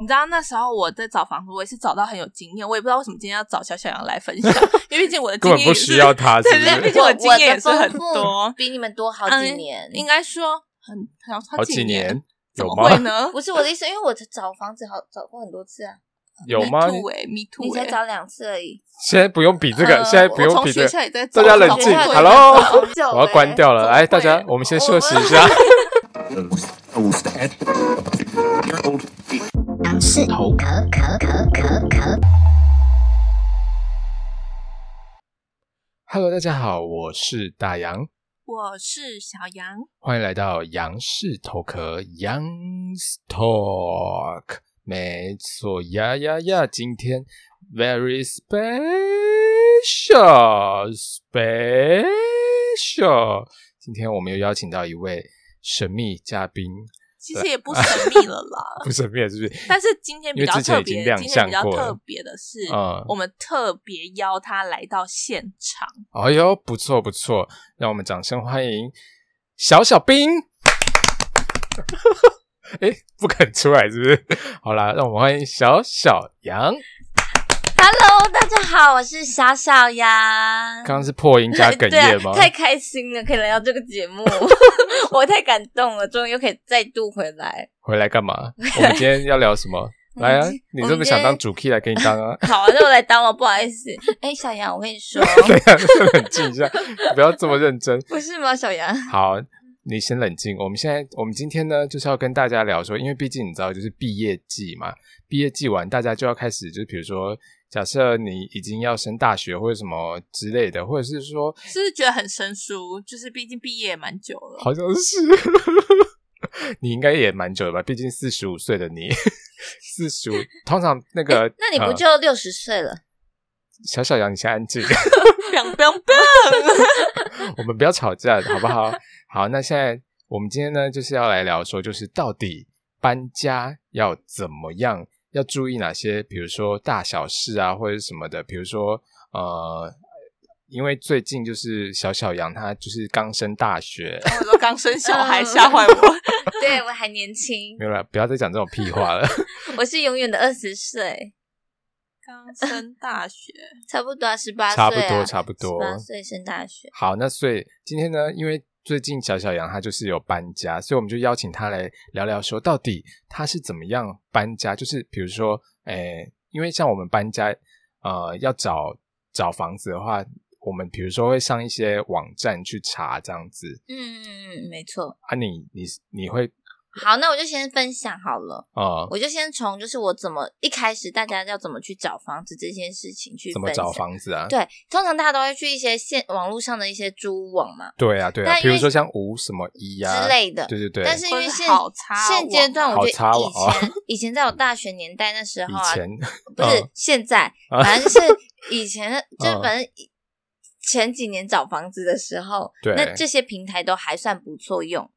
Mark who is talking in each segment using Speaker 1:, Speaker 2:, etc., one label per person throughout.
Speaker 1: 你知道那时候我在找房子，我也是找到很有经验，我也不知道为什么今天要找小小杨来分享，因为毕竟我的经
Speaker 2: 根
Speaker 1: 验
Speaker 2: 本不
Speaker 1: 也是
Speaker 2: 需要他，是
Speaker 1: 对
Speaker 2: 不
Speaker 1: 对，毕
Speaker 2: 是？
Speaker 1: 竟我
Speaker 3: 我
Speaker 1: 的经验也是很多，
Speaker 3: 比你们多好几
Speaker 1: 嗯
Speaker 3: 年。
Speaker 1: 应该说很好好
Speaker 2: 好几年
Speaker 1: 怎
Speaker 2: 有
Speaker 1: 么
Speaker 2: 吗？
Speaker 1: 会呢？
Speaker 3: 不是我的意思，因为我找房子好找过很多次啊，
Speaker 2: 有吗？
Speaker 1: ？Me too 哎，Me
Speaker 3: 你
Speaker 1: too
Speaker 3: 才
Speaker 1: 哎，
Speaker 3: 找两次而已。
Speaker 2: 现在不用比这个，
Speaker 1: 呃
Speaker 2: 现在不
Speaker 1: 我
Speaker 2: 用
Speaker 1: 从
Speaker 2: 比
Speaker 1: 学
Speaker 2: 这
Speaker 1: 校
Speaker 2: 个，
Speaker 1: 也在
Speaker 2: 大
Speaker 1: 找
Speaker 2: 家冷
Speaker 1: 找
Speaker 2: 静
Speaker 1: 工作
Speaker 2: ，Hello，
Speaker 3: 我
Speaker 2: 我要关。掉了。哎，大家，我们先休息一下。Hello，大家好，我是大杨，
Speaker 1: 我是小杨，
Speaker 2: 欢迎来到杨氏头壳 Young's Talk。没错呀呀呀！今天 very special special，今天我们又邀请到一位神秘嘉宾，
Speaker 1: 其实也 不神秘了啦。
Speaker 2: 不神秘了是不是？
Speaker 1: 但是今天比较特别，
Speaker 2: 因为之前已经亮
Speaker 1: 今天比较
Speaker 2: 相过了
Speaker 1: 特别的是，
Speaker 2: 嗯
Speaker 1: 我们特别邀他来到现场。
Speaker 2: 哎呦，不错不错，让我们掌声欢迎小小兵。 哎，不肯出来是不是？好啦，让我们欢迎小小杨。
Speaker 3: Hello，大家好，我是小小杨。
Speaker 2: 刚刚是破音加哽
Speaker 3: 对啊
Speaker 2: 咽吗？
Speaker 3: 太开心了，可以来到这个节 目，我太感动了，终于又可以再度回来。
Speaker 2: 回来干嘛？我们今天要聊什么？来啊
Speaker 3: 我们今，
Speaker 2: 你这么想当主 key 来给你当啊？
Speaker 3: 好、啊，那我来当了，不好意思。哎，小杨，我跟你说，
Speaker 2: 对啊，冷静一下，不要这么认真。
Speaker 3: 不是吗，小杨？
Speaker 2: 好，你先冷静。我们现在，我们今天呢，就是要跟大家聊说，因为毕竟你知道，就是毕业季嘛，毕业季完，大家就要开始，就是比如说，假设你已经要升大学或者什么之类的，或者是说，
Speaker 1: 是不是觉得很生疏？就是毕竟毕业也蛮久了，
Speaker 2: 好像是 你应该也蛮久了吧？毕竟四十五岁的你， 四十五，通常那个，
Speaker 3: 那你不
Speaker 2: 呃
Speaker 3: 就六十岁了？
Speaker 2: 小小杨，你先安静。
Speaker 1: biang biang biang
Speaker 2: 我们不要吵架，好不好？好，那现在我们今天呢，就是要来聊说，就是到底搬家要怎么样，要注意哪些，比如说大小事啊，或者什么的，比如说呃。因为最近就是小小杨，他就是刚升大学，
Speaker 1: 我说刚生小孩，
Speaker 3: 嗯
Speaker 1: 吓坏我。
Speaker 3: 对我还年轻，
Speaker 2: 没有了，不要再讲这种屁话了。
Speaker 3: 我是永远的二十岁，
Speaker 1: 刚升大 学，
Speaker 3: 差不多啊，十八岁、
Speaker 2: 差
Speaker 3: 啊，
Speaker 2: 不多，差不多。
Speaker 3: 十八岁升大学。
Speaker 2: 好，那所以今天呢，因为最近小小杨他就是有搬家，所以我们就邀请他来聊聊说，到底他是怎么样搬家？就是比如说，诶、因为像我们搬家，呃，要找找房子的话，我们比如说会上一些网站去查这样子
Speaker 3: 嗯嗯嗯，没错。
Speaker 2: 啊你，你你会
Speaker 3: 好，那我就先分享好了，
Speaker 2: 呃
Speaker 3: 我就先从就是我怎么一开始大家要怎么去找房子这件事情去
Speaker 2: 怎么
Speaker 3: 分
Speaker 2: 找
Speaker 3: 享
Speaker 2: 房子啊？
Speaker 3: 对，通常大家都会去一些线网络上的一些租网嘛
Speaker 2: 对啊，对啊，
Speaker 3: 但
Speaker 2: 比
Speaker 3: 因为
Speaker 2: 如说像五什么一啊
Speaker 3: 之类的。
Speaker 2: 对对对，
Speaker 3: 但是因为现
Speaker 1: 或者好差哦
Speaker 3: 现阶段，
Speaker 2: 网
Speaker 3: 我觉
Speaker 2: 好
Speaker 3: 得
Speaker 2: 差
Speaker 3: 以
Speaker 2: 网哦
Speaker 3: 前、以前在我大学年代那时候啊
Speaker 2: 以，前
Speaker 3: 不 是、
Speaker 2: 嗯
Speaker 3: 现在，
Speaker 2: 啊
Speaker 3: 反正是以前，就是
Speaker 2: 嗯
Speaker 3: 反正前几年找房子的时候，
Speaker 2: 对
Speaker 3: 那这些平台都还算不错用。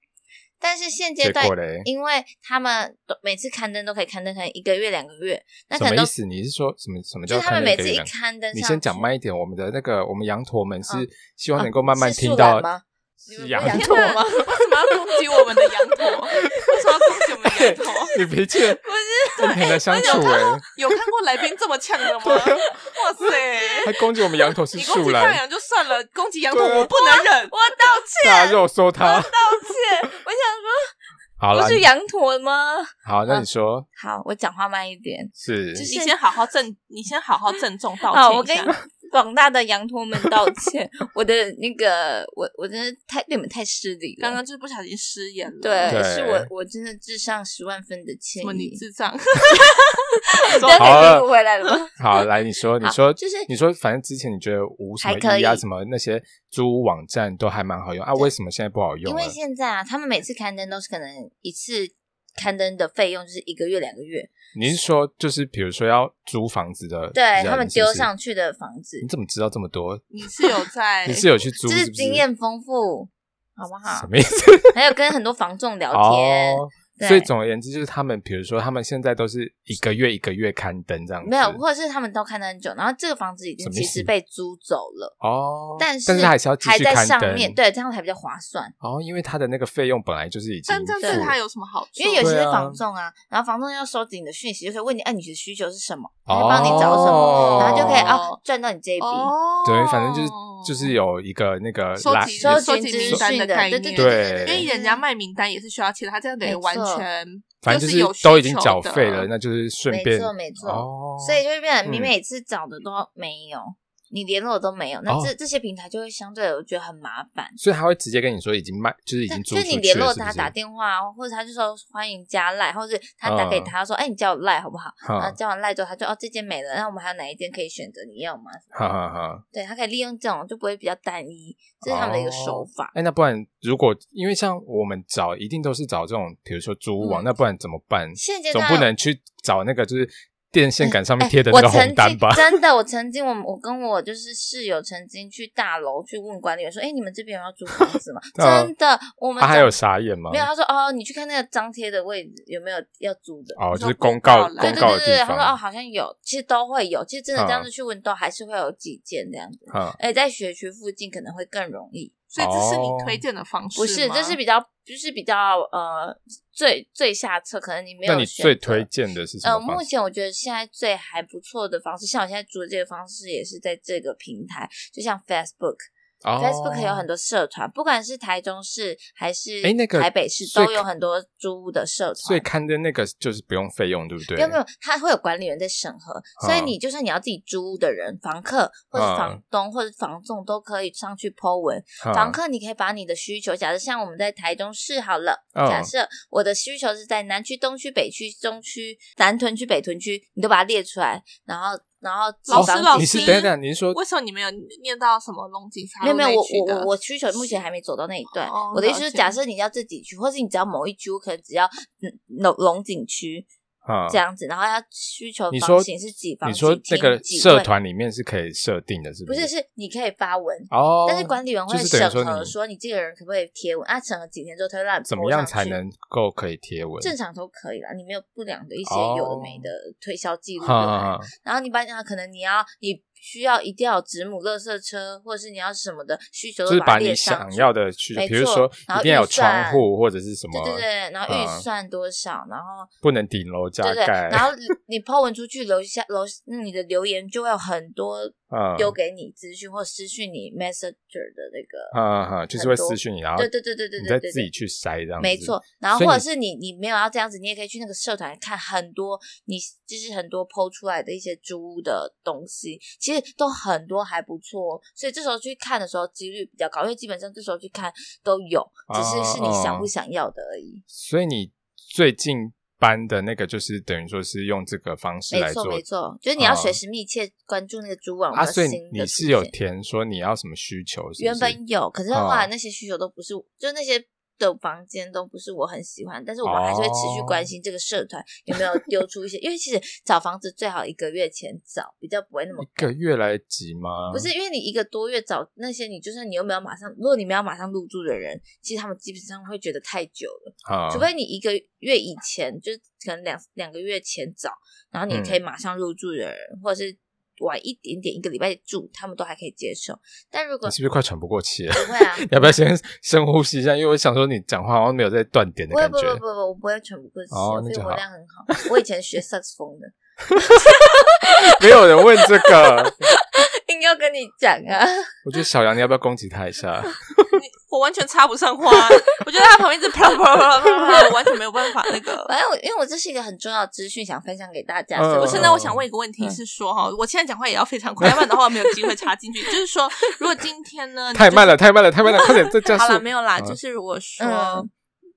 Speaker 3: 但是现阶
Speaker 2: 结
Speaker 3: 段
Speaker 2: 果，嘞，
Speaker 3: 因为他们都每次刊登都可以刊登成一个月、两个月，那
Speaker 2: 什
Speaker 3: 可能
Speaker 2: 么
Speaker 3: 都
Speaker 2: 意思？你是说什么什么
Speaker 3: 就
Speaker 2: 叫
Speaker 3: 是他
Speaker 2: 看
Speaker 3: 们
Speaker 2: 那
Speaker 3: 每
Speaker 2: 个
Speaker 3: 次一
Speaker 2: 人
Speaker 3: 刊登上去，
Speaker 2: 你先讲慢一点，我们的那个我们羊驼们是
Speaker 3: 嗯
Speaker 2: 希望
Speaker 3: 嗯
Speaker 2: 能够慢慢
Speaker 3: 是
Speaker 2: 听
Speaker 3: 树
Speaker 2: 到
Speaker 3: 懒吗你们不
Speaker 2: 羊
Speaker 3: 羊
Speaker 2: 驼。
Speaker 3: 驼吗？
Speaker 1: 为什么要攻击我们的羊驼？ 为什么要攻击我们的羊驼？
Speaker 2: 你脾气不是很难相处哎、
Speaker 1: 有看过来宾这么呛的吗？哇塞！
Speaker 2: 还攻击我们羊驼啊是
Speaker 1: 你攻
Speaker 2: 树
Speaker 1: 击大
Speaker 2: 懒，
Speaker 1: 羊就算了，攻击羊驼
Speaker 2: 对啊
Speaker 1: 我不能忍。
Speaker 3: 我道歉，
Speaker 2: 大肉收他。
Speaker 3: 道歉，我想
Speaker 2: 好
Speaker 3: 说，
Speaker 2: 啦
Speaker 3: 不，是羊驼吗？
Speaker 2: 好，那
Speaker 3: 啊
Speaker 2: 你说
Speaker 3: 好，我讲话慢一点。
Speaker 2: 是
Speaker 3: 就是
Speaker 1: 你先好好正，你先好好郑重道
Speaker 3: 好，我
Speaker 1: 歉
Speaker 3: 跟
Speaker 1: 一 下。
Speaker 3: 广大的羊驼们道歉，我的那个，我我真的太对你们太失礼了。
Speaker 1: 刚刚就是不小心失言了，
Speaker 3: 对，
Speaker 2: 对
Speaker 3: 是我我真的智商十万分的歉
Speaker 1: 什么你
Speaker 3: 意，
Speaker 1: 智障？
Speaker 3: 这样
Speaker 2: 好
Speaker 3: 可以
Speaker 2: 了
Speaker 3: 补回来了吗？
Speaker 2: 好，来你说，你
Speaker 3: 好
Speaker 2: 说
Speaker 3: 就是
Speaker 2: 你说，反正之前你觉得无什
Speaker 3: 还可
Speaker 2: 么一啊
Speaker 3: 以
Speaker 2: 什么那些租屋网站都还蛮好用啊，为什么现在不好用
Speaker 3: 因
Speaker 2: 了
Speaker 3: 为？现在啊，他们每次刊登都是可能一次刊登的费用就是一个月、两个月，
Speaker 2: 你是说就是比如说要租房子的人，
Speaker 3: 对他们
Speaker 2: 是不
Speaker 3: 丢
Speaker 2: 是，
Speaker 3: 上去的房子
Speaker 2: 你，怎么知道这么多？
Speaker 1: 你是有在？
Speaker 2: 你是有去租
Speaker 3: 这
Speaker 2: 是
Speaker 3: 是
Speaker 2: 不是
Speaker 3: 经验丰富，好不
Speaker 2: 什
Speaker 3: 好？
Speaker 2: 么意思？
Speaker 3: 还有跟很多房仲聊天，
Speaker 2: 哦，
Speaker 3: 对
Speaker 2: 所以总而言之，就是他们，比如说他们现在都是一个月一个月刊登这样子，
Speaker 3: 没有，或者是他们都看得很久，然后这个房子已经
Speaker 2: 什么意
Speaker 3: 其
Speaker 2: 思
Speaker 3: 实被租走了，
Speaker 2: 哦，
Speaker 3: 但是
Speaker 2: 但还是要继续
Speaker 3: 在
Speaker 2: 刊
Speaker 3: 上
Speaker 2: 登
Speaker 3: 面，对，这样才比较划算。
Speaker 2: 哦，因为他的那个费用本来就是已经
Speaker 1: 但这样对
Speaker 2: 付
Speaker 1: 他有什么好处？
Speaker 3: 因为有些
Speaker 2: 对
Speaker 3: 是
Speaker 2: 啊
Speaker 3: 房仲啊，然后房仲要收集你的讯息，就可以问你，哎，你的需求是什么，他
Speaker 2: 哦
Speaker 3: 会帮你找什么，
Speaker 1: 哦
Speaker 3: 然后就可以
Speaker 1: 哦
Speaker 3: 哦赚到你这一笔。
Speaker 1: 哦，
Speaker 2: 对，反正就是就是有一个那个
Speaker 1: 收
Speaker 2: 拉
Speaker 1: 集
Speaker 3: 收
Speaker 1: 收
Speaker 3: 集
Speaker 1: 集
Speaker 3: 资
Speaker 1: 名单
Speaker 3: 讯
Speaker 1: 的
Speaker 3: 的，
Speaker 1: 概
Speaker 3: 对对
Speaker 1: 念
Speaker 2: 对
Speaker 1: 因为人家卖名单也是需要钱，他这样等于
Speaker 3: 没错
Speaker 1: 完全
Speaker 2: 反
Speaker 1: 就
Speaker 2: 正
Speaker 1: 是有
Speaker 2: 就
Speaker 1: 需
Speaker 2: 是都已经
Speaker 1: 求
Speaker 2: 缴
Speaker 1: 的
Speaker 2: 费了，那就是顺
Speaker 3: 没
Speaker 2: 便
Speaker 3: 错没错
Speaker 2: 哦，
Speaker 3: 所以就会变成你
Speaker 2: 嗯
Speaker 3: 每次找的都没有，你联络的都没有，
Speaker 2: 哦
Speaker 3: 那这、这些平台就会相对的我觉得很麻烦。
Speaker 2: 所以他会直接跟你说已经卖，就是已
Speaker 3: 对
Speaker 2: 经
Speaker 3: 就
Speaker 2: 租
Speaker 3: 是
Speaker 2: 出
Speaker 3: 你
Speaker 2: 去
Speaker 3: 联
Speaker 2: 了
Speaker 3: 络
Speaker 2: 是不
Speaker 3: 他
Speaker 2: 是
Speaker 3: 打电话啊，或者他就说欢迎加赖，或者是他打给
Speaker 2: 嗯
Speaker 3: 他说，哎，你加我赖好不好？
Speaker 2: 哈
Speaker 3: 然后加完赖之后，他就哦这间没了，那我们还有哪一间可以选择？你要吗？
Speaker 2: 哈哈哈。
Speaker 3: 对他可以利用这种，就不会比较单一，这是他们的一个手法。
Speaker 2: 哎，那不然如果因为像我们找一定都是找这种，比如说租屋网，
Speaker 3: 嗯
Speaker 2: 那不然怎么办？
Speaker 3: 现阶
Speaker 2: 总
Speaker 3: 段哎
Speaker 2: 不能去找那个就是电线杆上面贴的
Speaker 3: 我
Speaker 2: 那个
Speaker 3: 曾
Speaker 2: 红单
Speaker 3: 经
Speaker 2: 吧？ 啊
Speaker 3: 真的，我曾经我我跟我就是室友曾经去大楼去问管理员说，哎，你们这边有要租房子吗？
Speaker 2: 嗯
Speaker 3: 真的，我们
Speaker 2: 他还
Speaker 3: 找
Speaker 2: 有傻眼吗
Speaker 3: 没？有，他说哦，你去看那个张贴的位置有没有要租的。
Speaker 2: 哦，就是
Speaker 1: 说
Speaker 2: 公
Speaker 1: 公告
Speaker 2: 告
Speaker 1: 栏
Speaker 3: 对
Speaker 2: 公
Speaker 3: 对
Speaker 2: 告
Speaker 3: 对
Speaker 2: 的
Speaker 3: 对，
Speaker 2: 地
Speaker 3: 他说哦，
Speaker 2: 方。
Speaker 3: 好像有，其实都会有，其实真的这样
Speaker 2: 嗯
Speaker 3: 子去问，都还是会有几件这样子。
Speaker 2: 嗯
Speaker 3: 哎，在学区附近可能会更容易，
Speaker 1: 所以这是
Speaker 2: 哦
Speaker 1: 你推荐的方式吗，
Speaker 3: 不是，这是比较就是比较呃最最下策，可能你没有
Speaker 2: 那
Speaker 3: 选择。
Speaker 2: 你最推荐的是什
Speaker 3: 呃，
Speaker 2: 么
Speaker 3: 目
Speaker 2: 方式？
Speaker 3: 前我觉得现在最还不错的方式，像我现在租的这个方式也是在这个平台，就像 Facebook，Facebook、Facebook
Speaker 2: 哦
Speaker 3: 有很
Speaker 2: 多
Speaker 3: 多社团，不管是台中市还是
Speaker 2: 哎那个
Speaker 3: 台北市，
Speaker 2: 所以
Speaker 3: 都有很多租屋的社
Speaker 2: 所以
Speaker 3: 团。
Speaker 2: 刊登那个就是不用费用，对不对？
Speaker 3: 没有没有，它会有管理员在审核，所以你就算你要自己租屋的人，房客或者
Speaker 2: 嗯
Speaker 3: 房东或者房仲都可以上去 Po 文，
Speaker 2: 哈
Speaker 3: 房客，你可以把你的需求，假设像我们在台中市好了，
Speaker 2: 嗯
Speaker 3: 假设我的需求是在南区、东区、北区、中区、南屯区、北屯区，你都把它列出来，然后然后
Speaker 1: 老
Speaker 3: 几
Speaker 1: 师
Speaker 3: 房
Speaker 1: 老
Speaker 2: 你
Speaker 3: 几
Speaker 1: 师
Speaker 2: 是
Speaker 3: 厅
Speaker 2: 等一下，你是说
Speaker 1: 为什么你没有念到什么龙井茶
Speaker 3: 没
Speaker 1: 楼
Speaker 3: 有没有，
Speaker 1: 那
Speaker 3: 我
Speaker 1: 一区
Speaker 3: 我
Speaker 1: 的
Speaker 3: 我我需求目前还没走到那一段。
Speaker 1: 哦
Speaker 3: 我的意思
Speaker 1: 了
Speaker 3: 是，
Speaker 1: 解
Speaker 3: 假设你要这几区，或是你只要某一区，我可能只要嗯龙龙井区
Speaker 2: 啊
Speaker 3: 这？样子，然后要需求
Speaker 2: 你
Speaker 3: 房
Speaker 2: 说
Speaker 3: 型是几房
Speaker 2: 你
Speaker 3: 几
Speaker 2: 说那
Speaker 3: 厅
Speaker 2: 个
Speaker 3: 几
Speaker 2: 社
Speaker 3: 位
Speaker 2: 团里面是可以设定的，是
Speaker 3: 不
Speaker 2: 是？
Speaker 3: 是是你可以发文，
Speaker 2: 哦，
Speaker 3: 但是管理员会
Speaker 2: 就是等于
Speaker 3: 审
Speaker 2: 说
Speaker 3: 核
Speaker 2: 你
Speaker 3: 说你这个人可不可以贴文啊？审核几天之后，他会让你
Speaker 2: 怎
Speaker 3: po
Speaker 2: 么样
Speaker 3: 上
Speaker 2: 才
Speaker 3: 去
Speaker 2: 能够可以贴文？
Speaker 3: 正常都可以啦，你没有不良的一些
Speaker 2: 哦
Speaker 3: 有的没的推销记录，
Speaker 2: 哈哈哈
Speaker 3: 然后你把它可能你要你需要一定要有子母垃圾车，或者是你要什么的需求，
Speaker 2: 就是
Speaker 3: 把
Speaker 2: 把
Speaker 3: 它列
Speaker 2: 你
Speaker 3: 上
Speaker 2: 想
Speaker 3: 去
Speaker 2: 要的需求，
Speaker 3: 没
Speaker 2: 比如
Speaker 3: 错
Speaker 2: 说
Speaker 3: 然后
Speaker 2: 一定要有
Speaker 3: 预算
Speaker 2: 窗户或者是什么，
Speaker 3: 对对对，然后
Speaker 2: 嗯
Speaker 3: 预算多少，然后
Speaker 2: 不能顶楼加
Speaker 3: 对对，
Speaker 2: 盖，
Speaker 3: 然后你 po 文出去，留下留那你的留言就会有很多
Speaker 2: 嗯
Speaker 3: 丢给你资讯或私讯你 Messenger 的那个，
Speaker 2: 嗯嗯，就是会
Speaker 3: 很多
Speaker 2: 私讯你，然后
Speaker 3: 对对对对对
Speaker 2: 你
Speaker 3: 对
Speaker 2: 再
Speaker 3: 对
Speaker 2: 自己
Speaker 3: 对。
Speaker 2: 去筛这样子，
Speaker 3: 没错，然后
Speaker 2: 所以
Speaker 3: 或者
Speaker 2: 你
Speaker 3: 是你你没有要这样子，你也可以去那个社团看很多你就是很多剖出来的一些猪的东西，其实都很多还不错哦，所以这时候去看的时候几率比较高，因为基本上这时候去看都有，只是是你想
Speaker 2: 啊嗯
Speaker 3: 不想要的而已。
Speaker 2: 所以你最近搬的那个就是等于说是用这个方式来
Speaker 3: 没错
Speaker 2: 做
Speaker 3: 没错，就是你要
Speaker 2: 哦
Speaker 3: 随时密切关注那个猪网有没
Speaker 2: 啊，
Speaker 3: 有
Speaker 2: 所以
Speaker 3: 新的
Speaker 2: 你
Speaker 3: 出
Speaker 2: 是有
Speaker 3: 现
Speaker 2: 填说你要什么需求，是不
Speaker 3: 原
Speaker 2: 是
Speaker 3: 本有，可是后来
Speaker 2: 哦
Speaker 3: 那些需求都不是，就那些的房间都不是我很喜欢，但是我们还是会持续
Speaker 2: 哦
Speaker 3: 关心这个社团有没有丢出一些，因为其实找房子最好一个月前找，比较不会那么
Speaker 2: 一个月来急吗？
Speaker 3: 不是因为你一个多月找那些，你就算你又没有马上，如果你没有马上入住的人，其实他们基本上会觉得太久了，
Speaker 2: 啊，
Speaker 3: 除非你一个月以前，就是可能两两个月前找，然后你
Speaker 2: 嗯
Speaker 3: 可以马上入住的人，或者是晚一点点一个礼拜住，他们都还可以接受。但如果
Speaker 2: 你是不是快喘不过气了？
Speaker 3: 不会啊，
Speaker 2: 你要不要先深呼吸一下？因为我想说你讲话好像没有在断点的
Speaker 3: 不会
Speaker 2: 感
Speaker 3: 不会不
Speaker 2: 觉。
Speaker 3: 会不会，我不会喘不过气，
Speaker 2: 哦
Speaker 3: 我
Speaker 2: 那
Speaker 3: 肺
Speaker 2: 就
Speaker 3: 活
Speaker 2: 好
Speaker 3: 量很好。我以前学萨克斯风的，
Speaker 2: 没有人问这个，
Speaker 3: 硬要跟你讲啊，
Speaker 2: 我觉得小杨你要不要攻击他一下？
Speaker 1: 我完全插不上话，啊我觉得他旁边一直 啪啦啪啦啪啦啪啦啪啦，我完全没有办法那 个。
Speaker 3: 反正我因为我这是一个很重要的资讯，想分享给大家。
Speaker 2: 嗯
Speaker 3: 所以
Speaker 1: 我
Speaker 3: 我
Speaker 1: 现
Speaker 3: 现
Speaker 1: 在
Speaker 3: 在
Speaker 1: 我想问一个问
Speaker 3: 嗯
Speaker 1: 题是说哈，我现在讲话也要非常快，要不然的话没有机会插进去。就是说，如果今天 呢，你
Speaker 2: 太
Speaker 1: 就是
Speaker 2: 慢了，太慢了，太慢了，快点再加
Speaker 1: 好了，
Speaker 2: 速
Speaker 1: 没。有啦，
Speaker 2: 嗯
Speaker 1: 就是如果说
Speaker 3: 呃嗯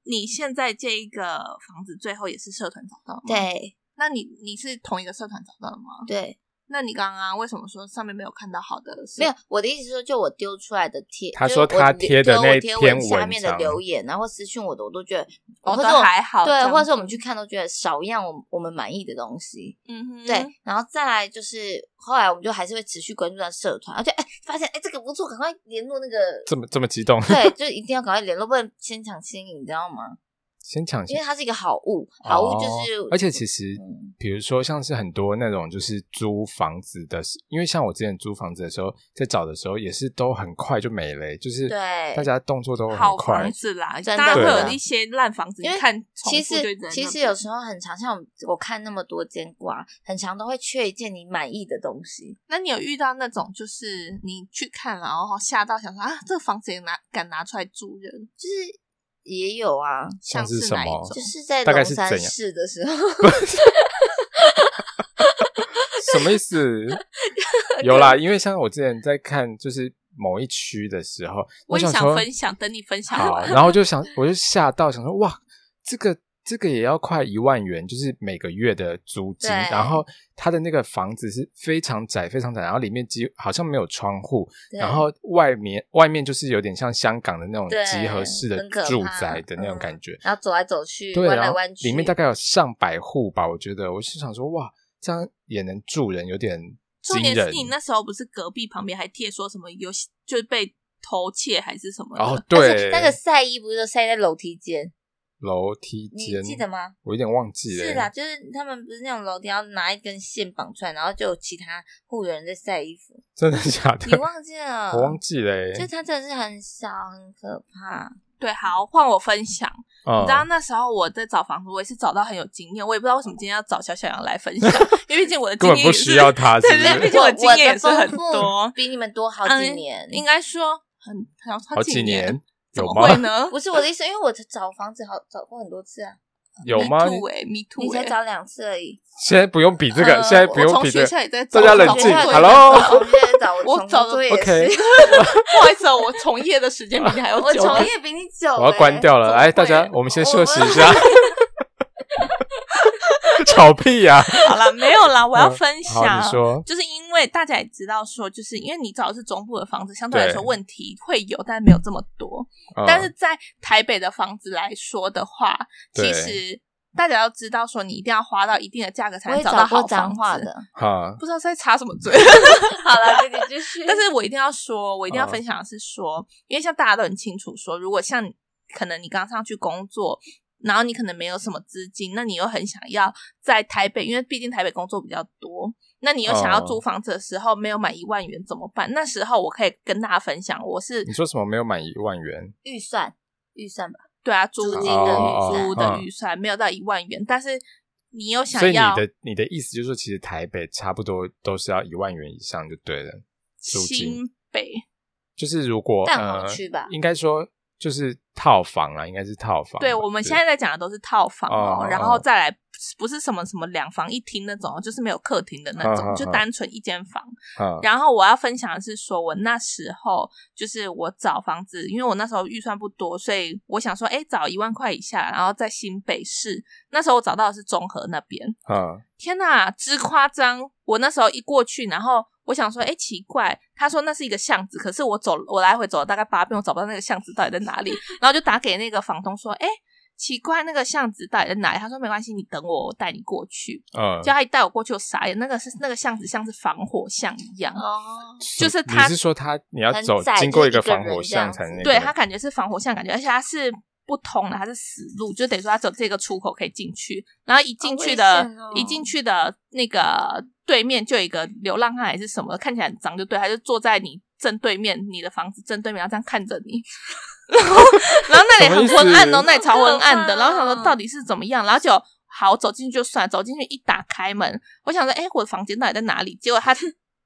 Speaker 1: 你现在这一个房子最后也是社团找到吗？，
Speaker 2: 嗯
Speaker 3: 对
Speaker 1: 那你你是同一个社团找到的吗？
Speaker 3: 对，
Speaker 1: 那你刚刚为什么说上面没有看到好的是？
Speaker 3: 没有我的意思是说，就我丢出来的贴，
Speaker 2: 他
Speaker 3: 就是
Speaker 2: 说
Speaker 3: 我
Speaker 2: 他贴的
Speaker 3: 丢
Speaker 2: 那
Speaker 3: 我贴
Speaker 2: 篇
Speaker 3: 文下面的
Speaker 2: 文章
Speaker 3: 留言，然后私讯我的，我都觉得，
Speaker 1: 哦，都
Speaker 3: 或者我
Speaker 1: 还好，这
Speaker 3: 对，
Speaker 1: 样
Speaker 3: 或者是我们去看都觉得少一样我我们满意的东西。
Speaker 1: 嗯哼，
Speaker 3: 对，然后再来就是后来我们就还是会持续关注到社团，而且哎发现哎这个不错，赶快联络那个
Speaker 2: 这么这么激动，
Speaker 3: 对，就一定要赶快联络，不然牵强牵引，你知道吗？
Speaker 2: 先抢
Speaker 3: 因
Speaker 2: 先
Speaker 3: 为它是一个好物，好物就
Speaker 2: 哦
Speaker 3: 是，
Speaker 2: 而且其实
Speaker 3: 嗯
Speaker 2: 比如说像是很多那种就是租房子的时，因为像我之前租房子的时候，在找的时候也是都很快就没了、欸就是
Speaker 3: 对
Speaker 2: 大家动作都很
Speaker 1: 好
Speaker 2: 快
Speaker 1: 房，子啦，
Speaker 3: 真的
Speaker 1: 当然会有
Speaker 3: 对啊
Speaker 1: 一些烂房子，
Speaker 3: 因为
Speaker 1: 你看重
Speaker 3: 其
Speaker 1: 复就一
Speaker 3: 实
Speaker 1: 直在那
Speaker 3: 其实
Speaker 1: 边
Speaker 3: 有时候很常，像我我看那么多间挂，很常都会缺一件你满意的东西。
Speaker 1: 那你有遇到那种就是你去看了，然后吓到想说啊，这个房子也拿敢拿出来住人，
Speaker 3: 就是也有啊，
Speaker 1: 像
Speaker 2: 是什
Speaker 1: 哪一
Speaker 2: 么
Speaker 1: 种？
Speaker 3: 就是在
Speaker 2: 大概
Speaker 3: 龙
Speaker 2: 是
Speaker 3: 山
Speaker 2: 怎样
Speaker 3: 市的时候，
Speaker 2: 什么 意思？有啦，因为像我之前在看就是某一区的时候，
Speaker 1: 我也
Speaker 2: 想
Speaker 1: 想
Speaker 2: 说
Speaker 1: 分享，等你分享
Speaker 2: 好，
Speaker 1: 完。
Speaker 2: 然后就想，我就吓到，想说哇，这个这个也要快一万元，就是每个月的租金。
Speaker 3: 对
Speaker 2: 然后他的那个房子是非常窄，非常窄，然后里面几好像没有窗户，
Speaker 3: 对
Speaker 2: 然后外面外面就是有点像香港的那种
Speaker 3: 对
Speaker 2: 集合式的
Speaker 3: 很可怕嗯
Speaker 2: 住宅的那种感觉。
Speaker 3: 然后走来走去，
Speaker 2: 对，
Speaker 3: 弯
Speaker 2: 然
Speaker 3: 来
Speaker 2: 后
Speaker 3: 弯去，
Speaker 2: 里面大概有上百户吧，我觉得我是想说哇，这样也能住人，有点
Speaker 1: 重
Speaker 2: 惊
Speaker 1: 点是
Speaker 2: 人。
Speaker 1: 你那时候不是隔壁旁边还贴说什么有就是被偷窃还是什么的？
Speaker 2: 然后
Speaker 3: 而且
Speaker 2: 哦对
Speaker 3: 那个晒衣不是都晒在楼梯间，
Speaker 2: 楼梯
Speaker 3: 你
Speaker 2: 间，
Speaker 3: 记得吗？
Speaker 2: 我有点忘记了。
Speaker 3: 是啦，就是他们不是那种楼梯要拿一根线绑出来，然后就有其他户人在晒衣服，
Speaker 2: 真的假
Speaker 3: 你
Speaker 2: 的？
Speaker 3: 忘记了？
Speaker 2: 我忘记了欸。
Speaker 3: 就它真的是很小，很可怕。
Speaker 1: 对，好，换我分享。
Speaker 2: 嗯
Speaker 1: 你知道那时候我在找房子，我也是找到很有经验，我也不知道为什么今天要找小小杨来分 享，因为毕竟我的经
Speaker 2: 根
Speaker 1: 验
Speaker 2: 本不
Speaker 1: 也是
Speaker 2: 需要他，是
Speaker 1: 对
Speaker 2: 不
Speaker 1: 对，毕
Speaker 2: 是？
Speaker 1: 竟我
Speaker 3: 我
Speaker 1: 经验也是很多，
Speaker 3: 比你们多好几年。
Speaker 1: 嗯、应该说很好
Speaker 2: 好
Speaker 1: 好
Speaker 2: 几年
Speaker 1: 怎
Speaker 2: 有
Speaker 1: 么
Speaker 2: 吗？
Speaker 1: 会呢？
Speaker 3: 不是我的意思，因为我找房子好找过很多次啊，
Speaker 2: 有吗？
Speaker 1: m e too 哎、m e
Speaker 3: 你
Speaker 1: too 哎、
Speaker 3: 才找两次而已。
Speaker 2: 现在不用比这个，
Speaker 1: 呃
Speaker 2: 现在不
Speaker 1: 我
Speaker 2: 用
Speaker 1: 从
Speaker 2: 比
Speaker 1: 学
Speaker 2: 这
Speaker 1: 校
Speaker 2: 个。
Speaker 1: 也在
Speaker 2: 大
Speaker 1: 找
Speaker 2: 家冷
Speaker 1: 找
Speaker 2: 静
Speaker 1: 工作
Speaker 2: hello
Speaker 3: 我现在找，我
Speaker 1: 我
Speaker 3: 从
Speaker 1: 找
Speaker 3: 工作也
Speaker 2: OK，
Speaker 3: 是，
Speaker 1: 不好意思哦，我从业的时间比你 还要
Speaker 3: 我
Speaker 1: 久。
Speaker 3: 从业比你久。
Speaker 2: 我要关。掉了。
Speaker 1: 怎么
Speaker 2: 哎，
Speaker 1: 会
Speaker 2: 大家，我们先休 息一下
Speaker 3: 我。
Speaker 2: 吵屁呀！
Speaker 1: 好了，没有啦，我要分
Speaker 2: 好，
Speaker 1: 享。
Speaker 2: 你说
Speaker 1: 就是因为大家也知道说，就是因为你找的是中部的房子，相对来说
Speaker 2: 对
Speaker 1: 问题会有，但没有这么多。
Speaker 2: 嗯
Speaker 1: 但是在台北的房子来说的话，其
Speaker 2: 对
Speaker 1: 实大家要知道说，你一定要花到一定的价格才
Speaker 3: 我
Speaker 1: 能
Speaker 3: 也
Speaker 1: 到
Speaker 3: 找
Speaker 1: 好
Speaker 3: 过
Speaker 1: 房
Speaker 3: 脏话
Speaker 1: 子。
Speaker 3: 的，
Speaker 2: 哈，
Speaker 1: 不知道在插什么 嘴，
Speaker 3: 好了，这个继续。
Speaker 1: 但是我一定要说，我一定要
Speaker 2: 嗯
Speaker 1: 分享的是说，因为像大家都很清楚说，如果像你可能你刚上去工作，然后你可能没有什么资金，那你又很想要在台北，因为毕竟台北工作比较多，那你又想要
Speaker 2: 哦
Speaker 1: 租房子的时候没有满一万元怎么办？那时候我可以跟大家分享，我是
Speaker 2: 嗯你说什么没有满一万元？
Speaker 3: 预算，预算吧，
Speaker 1: 对啊，租
Speaker 3: 租
Speaker 1: 金
Speaker 3: 金
Speaker 2: 哦
Speaker 1: 的
Speaker 3: 的
Speaker 1: 预
Speaker 3: 预算
Speaker 1: 租的预算没有到一万元，但是你又想
Speaker 2: 所以你
Speaker 1: 要
Speaker 2: 的你的意思就是说，其实台北差不多都是要一万元以上就对了。租金
Speaker 1: 新北
Speaker 2: 就是如果
Speaker 3: 蛋黄
Speaker 2: 呃
Speaker 3: 区
Speaker 1: 啊
Speaker 3: 吧，
Speaker 2: 应该说就是套房啊，应该是套房吧。
Speaker 1: 对，我们现在在讲的都是套房哦，
Speaker 2: 哦
Speaker 1: 然
Speaker 2: 哦
Speaker 1: 后再来不是什么什么两房一厅那种哦，就是没有客厅的那种，
Speaker 2: 嗯嗯嗯
Speaker 1: 就单纯一间房。
Speaker 2: 啊，
Speaker 1: 然后我要分享的是说，我那时候就是我找房子，因为我那时候预算不多，所以我想说，哎，找一万块以下，然后在新北市。那时候我找到的是中和那边，
Speaker 2: 嗯
Speaker 1: 天呐，之夸张！我那时候一过去，然后我想说，哎，奇怪，他说那是一个巷子，可是我走，我来回走了大概八遍，我找不到那个巷子到底在哪里，然后就打给那个房东说，哎，奇怪，那个巷子到底在哪里？他说没关系，你等我，我带你过去。
Speaker 2: 嗯
Speaker 1: 就，他一带我过去，我傻眼，那个是那个巷子像是防火巷一样，
Speaker 3: 哦，
Speaker 1: 就是
Speaker 2: 你
Speaker 1: 他
Speaker 2: 是说他你要
Speaker 3: 很
Speaker 2: 走
Speaker 3: 窄
Speaker 2: 经
Speaker 3: 就
Speaker 2: 过
Speaker 3: 是
Speaker 2: 一个
Speaker 3: 一个
Speaker 2: 防
Speaker 3: 人
Speaker 2: 火
Speaker 3: 这
Speaker 2: 巷
Speaker 3: 样
Speaker 2: 才
Speaker 3: 子
Speaker 2: 能那
Speaker 1: 对
Speaker 2: 个
Speaker 1: 它感觉是防火巷，感觉而且它是不通的，它是死路，就等于说它只有这个出口可以进去。然后一进去的，
Speaker 3: 好危险哦
Speaker 1: 一进去的那个对面就有一个流浪汉还是什么，看起来很脏，就对，他就坐在你正对面，你的房子正对面，然后这样看着你。 然后那里
Speaker 2: 什么意
Speaker 1: 很
Speaker 2: 思
Speaker 1: 昏暗哦，那里超昏暗的。
Speaker 3: 好可怕哦
Speaker 1: 然后想说到底是怎么样，然后就好走进去就算，走进去一打开门，我想说，哎，我的房间到底在哪里？结果他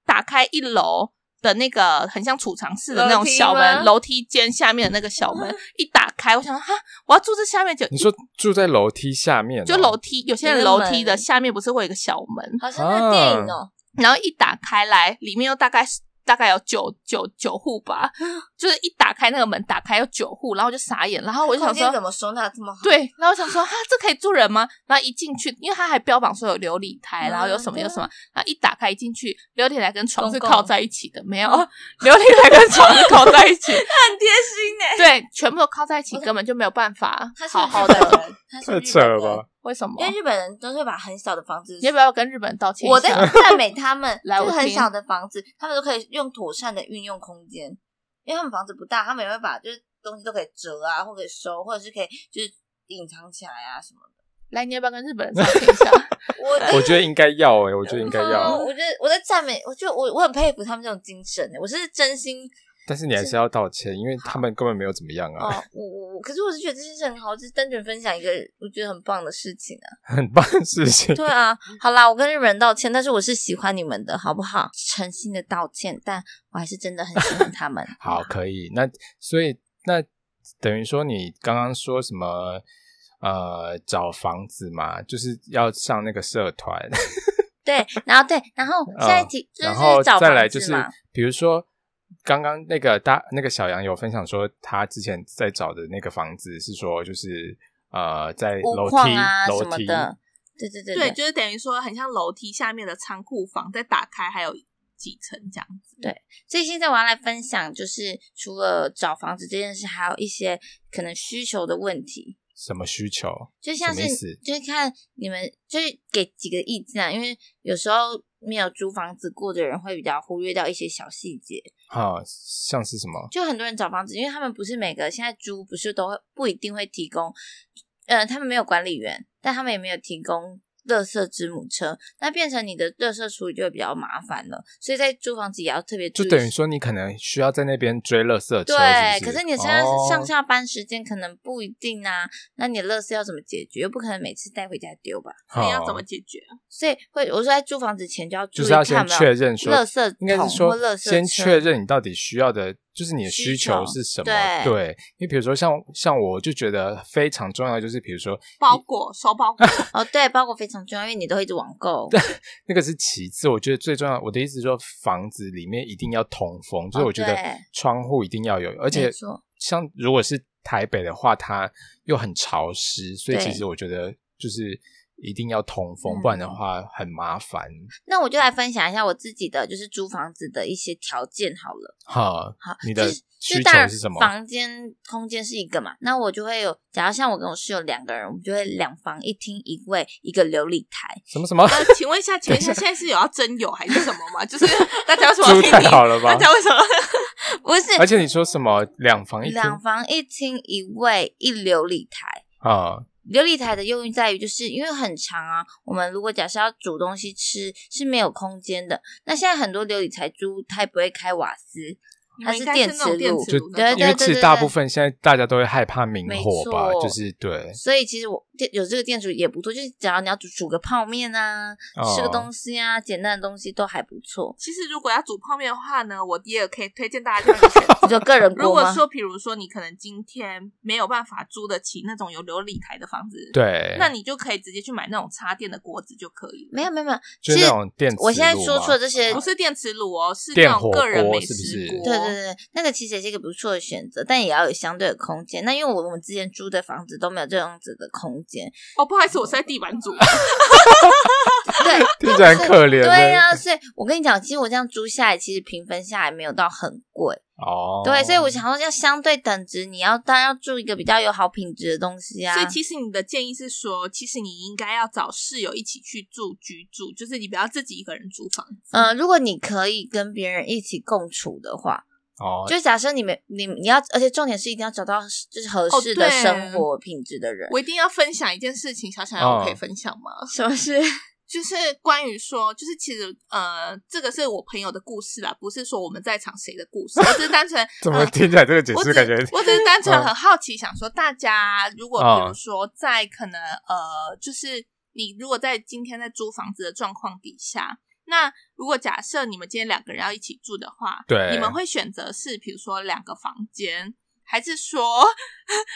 Speaker 1: 打开一楼的那个很像储藏室的那种
Speaker 3: 楼梯
Speaker 1: 小
Speaker 3: 吗啊
Speaker 1: 门，楼梯间下面的那个小门一打开，我想说哈，我要住这下面就
Speaker 2: 你说住在楼梯下面哦、
Speaker 1: 就楼梯，有些人
Speaker 3: 有个
Speaker 1: 楼梯的
Speaker 3: 门
Speaker 1: 下面不是会有一个小门，
Speaker 3: 好像那
Speaker 2: 啊
Speaker 3: 个电影哦，
Speaker 1: 然后一打开来，里面又大概是大概有九九九户 吧，就是一打开那个门，打开有九户，然后我就傻眼，然后我就想
Speaker 3: 空
Speaker 1: 说
Speaker 3: 间怎么收纳这么好？
Speaker 1: 对，然后我想说，哈，这可以住人吗？然后一进去，因为他还标榜说有琉璃台，然后有什么有什么，然后一打开一进去，琉璃台跟床是
Speaker 3: 公共
Speaker 1: 靠在一起的，没有，琉璃台跟床是靠在一 起，
Speaker 3: 很贴心呢。
Speaker 1: 对，全部都靠在一起，根本就没有办法
Speaker 3: 他是
Speaker 1: 好好
Speaker 3: 日本
Speaker 1: 的。
Speaker 3: 人，他是
Speaker 2: 太
Speaker 3: 日
Speaker 2: 扯
Speaker 3: 本
Speaker 2: 了
Speaker 3: 人
Speaker 2: 吧？？
Speaker 1: 为什么
Speaker 3: 因？为日本人都是把很小的房子，
Speaker 1: 哦你要不要跟日本人道歉一下？
Speaker 3: 我在 赞美他们，
Speaker 1: 来
Speaker 3: 就是
Speaker 1: 我
Speaker 3: 很
Speaker 1: 听
Speaker 3: 小的房子，他们都可以用妥善的运用空间，因为他们房子不大，他们也会把就是东西都可以折啊，或者收，或者是可以就是隐藏起来啊什么的。
Speaker 1: 来，你要不要跟日本人商量一下？
Speaker 3: 我的
Speaker 2: 我觉得应该要哎、我觉得应该
Speaker 3: 嗯
Speaker 2: 要，
Speaker 3: 我觉得我在赞美，我觉得我我很佩服他们这种精神的，我是真心
Speaker 2: 但是你还是要道歉，因为他们根本没有怎么样
Speaker 3: 哦
Speaker 2: 啊，，
Speaker 3: 我我我，可是我是觉得这件事很好，就是单纯分享一个我觉得很棒的事情啊。
Speaker 2: 很棒的事情。
Speaker 3: 对啊，好啦，我跟日本人道歉，但是我是喜欢你们的，好不好？诚心的道歉，但我还是真的很喜欢他们。
Speaker 2: 好，可以。那所以那等于说，你刚刚说什么？呃，找房子嘛，就是要上那个社团，
Speaker 3: 对，然后对，然后下一题、
Speaker 2: 嗯然
Speaker 3: 就
Speaker 2: 后
Speaker 3: 是找
Speaker 2: 再来
Speaker 3: 房
Speaker 2: 就
Speaker 3: 子
Speaker 2: 是
Speaker 3: 嘛。，
Speaker 2: 比如说刚刚那个大那个小杨有分享说，他之前在找的那个房子是说就是呃在楼
Speaker 3: 屋
Speaker 2: 梯、
Speaker 3: 况啊
Speaker 2: 楼
Speaker 3: 什么
Speaker 2: 梯
Speaker 3: 的，对对对
Speaker 1: 对，就是等于说很像楼梯下面的仓库房，再打开还有几层这样子。
Speaker 3: 对所以现在我要来分享，就是除了找房子这件事，还有一些可能需求的问题。
Speaker 2: 什么需求？
Speaker 3: 就像
Speaker 2: 什
Speaker 3: 是
Speaker 2: 么意思
Speaker 3: 就是看你们就是给几个意见啊，因为有时候没有租房子过的人会比较忽略掉一些小细节。
Speaker 2: 哈、像是什么？
Speaker 3: 就很多人找房子，因为他们不是每个现在租不是都会不一定会提供，呃，他们没有管理员，但他们也没有提供。垃圾之母车，那变成你的垃圾处理就会比较麻烦了，所以在租房子也要特别注
Speaker 2: 就
Speaker 3: 意。
Speaker 2: 等于说你可能需要在那边追垃圾车，
Speaker 3: 对，
Speaker 2: 是不
Speaker 3: 可
Speaker 2: 是
Speaker 3: 是你现在上
Speaker 2: 哦
Speaker 3: 下班时间可能不一定啊，那你的垃圾要怎么解决？又不可能每次带回家丢吧？
Speaker 1: 所以要怎
Speaker 2: 哦
Speaker 1: 么解决？
Speaker 3: 所以会我说在租房子前就要
Speaker 2: 就
Speaker 3: 注意
Speaker 2: 是要
Speaker 3: 看
Speaker 2: 先
Speaker 3: 有没有
Speaker 2: 确认说，
Speaker 3: 垃圾桶
Speaker 2: 应该是说
Speaker 3: 或垃圾
Speaker 2: 先
Speaker 3: 车
Speaker 2: 确认你到底需要的，就是你的
Speaker 3: 需
Speaker 2: 需求
Speaker 3: 求
Speaker 2: 是什么。
Speaker 3: 对
Speaker 2: 因为比如说像像我就觉得非常重要，就是比如说
Speaker 1: 包裹收包裹，
Speaker 3: 哦，对，包裹非常重要，因为你都会一直网 购。
Speaker 2: 那个是其次，我觉得最重要。我的意思是说，房子里面一定要通风，所以
Speaker 3: 哦
Speaker 2: 我觉得
Speaker 3: 对
Speaker 2: 窗户一定要有，而且
Speaker 3: 没错
Speaker 2: 像如果是台北的话，它又很潮湿，所以
Speaker 3: 对
Speaker 2: 其实我觉得就是一定要通风，
Speaker 3: 嗯
Speaker 2: 不然的话很麻烦。
Speaker 3: 那我就来分享一下我自己的就是租房子的一些条件好了。
Speaker 2: 哈，
Speaker 3: 好，
Speaker 2: 你
Speaker 3: 就
Speaker 2: 的
Speaker 3: 是就
Speaker 2: 需
Speaker 3: 当然
Speaker 2: 求是什么？
Speaker 3: 房间空间是一个嘛，那我就会有，假如像我跟我室友两个人，我们就会两房一厅一卫一个琉璃台。
Speaker 2: 什么什么？
Speaker 1: 呃，请问一下，请问 一下，现在是有要真有还是什么吗？就是大家为 什么要
Speaker 2: 租
Speaker 1: 听
Speaker 2: 太
Speaker 1: 你？
Speaker 2: 好了吧
Speaker 1: 大？家为什么？
Speaker 3: 不是，
Speaker 2: 而且你说什么两啊房一厅
Speaker 3: 两房一厅一卫一琉璃台。
Speaker 2: 啊？
Speaker 3: 琉璃台的用意在于，就是因为很长啊，我们如果假设要煮东西吃是没有空间的。那现在很多琉璃台租，它也不会开瓦斯，
Speaker 1: 你
Speaker 3: 它
Speaker 1: 们
Speaker 3: 是
Speaker 1: 应该
Speaker 3: 电
Speaker 1: 是那种
Speaker 3: 磁
Speaker 1: 电
Speaker 3: 炉
Speaker 1: 磁炉
Speaker 3: 对
Speaker 1: 那
Speaker 3: 对
Speaker 2: 因
Speaker 1: 种。
Speaker 2: 为
Speaker 3: 对
Speaker 2: 其实大部分现在大家都会害怕明
Speaker 3: 没
Speaker 2: 火吧，
Speaker 3: 错
Speaker 2: 就是对，
Speaker 3: 所以其实我电有这个店主也不错。就是只要你要煮煮个泡面啊，吃个
Speaker 2: 哦
Speaker 3: 东西啊，简单的东西都还不错
Speaker 1: 其实如果要煮泡面的话呢，我也可以推荐大家这个选择。
Speaker 3: 你就个人
Speaker 1: 如
Speaker 3: 锅
Speaker 1: 果
Speaker 3: 吗？
Speaker 1: 说，比如说你可能今天没有办法租得起那种有琉璃台的房子，，
Speaker 2: 对，
Speaker 1: 那你就可以直接去买那种插电的锅子就可以了。
Speaker 3: 没有没有没有，
Speaker 2: 就是
Speaker 3: 其
Speaker 2: 那
Speaker 3: 实
Speaker 2: 种电磁炉
Speaker 3: 我现在说
Speaker 2: 嘛
Speaker 3: 出了这些
Speaker 1: 不是电磁炉哦，是
Speaker 2: 电
Speaker 1: 那种
Speaker 2: 火
Speaker 1: 个人
Speaker 2: 锅
Speaker 1: 美
Speaker 2: 是不
Speaker 1: 食
Speaker 2: 是
Speaker 1: 锅。
Speaker 3: 对对对，那个其实也是一个不错的选择，但也要有相对的空间。那因为我们之前租的房子都没有这样子的空间，
Speaker 1: 哦，不好意思，我是在地板煮。
Speaker 3: 对，
Speaker 2: 听起来很可怜。
Speaker 3: 对啊呀、所以我跟你讲，其实我这样租下来，其实平分下来没有到很贵，
Speaker 2: 哦，
Speaker 3: 对，所以我想说要相对等值，你要当然要住一个比较有好品质的东西啊。
Speaker 1: 所以其实你的建议是说，其实你应该要找室友一起去住居住，就是你不要自己一个人租房子。
Speaker 3: 嗯、如果你可以跟别人一起共处的话，
Speaker 2: 哦，
Speaker 3: 就假设你们你你要，而且重点是一定要找到就是合适的
Speaker 1: 哦对
Speaker 3: 生活品质的人。
Speaker 1: 我一定要分享一件事情，小小杨，我可以
Speaker 2: 嗯
Speaker 1: 分享吗？
Speaker 3: 什么是？
Speaker 1: 就是关于说，就是其实呃，这个是我朋友的故事啦，不是说我们在场谁的故事，我只是单纯
Speaker 2: 怎么
Speaker 3: 嗯
Speaker 1: 呃
Speaker 2: 听起来这个解
Speaker 1: 我
Speaker 2: 释
Speaker 1: 只
Speaker 2: 感觉
Speaker 1: 我只是单纯
Speaker 2: 嗯
Speaker 1: 很好奇，想说大家如果
Speaker 2: 嗯
Speaker 1: 比如说在可能呃，就是你如果在今天在租房子的状况底下，那如果假设你们今天两个人要一起住的话，
Speaker 2: 对
Speaker 1: 你们会选择是比如说两个房间，还是说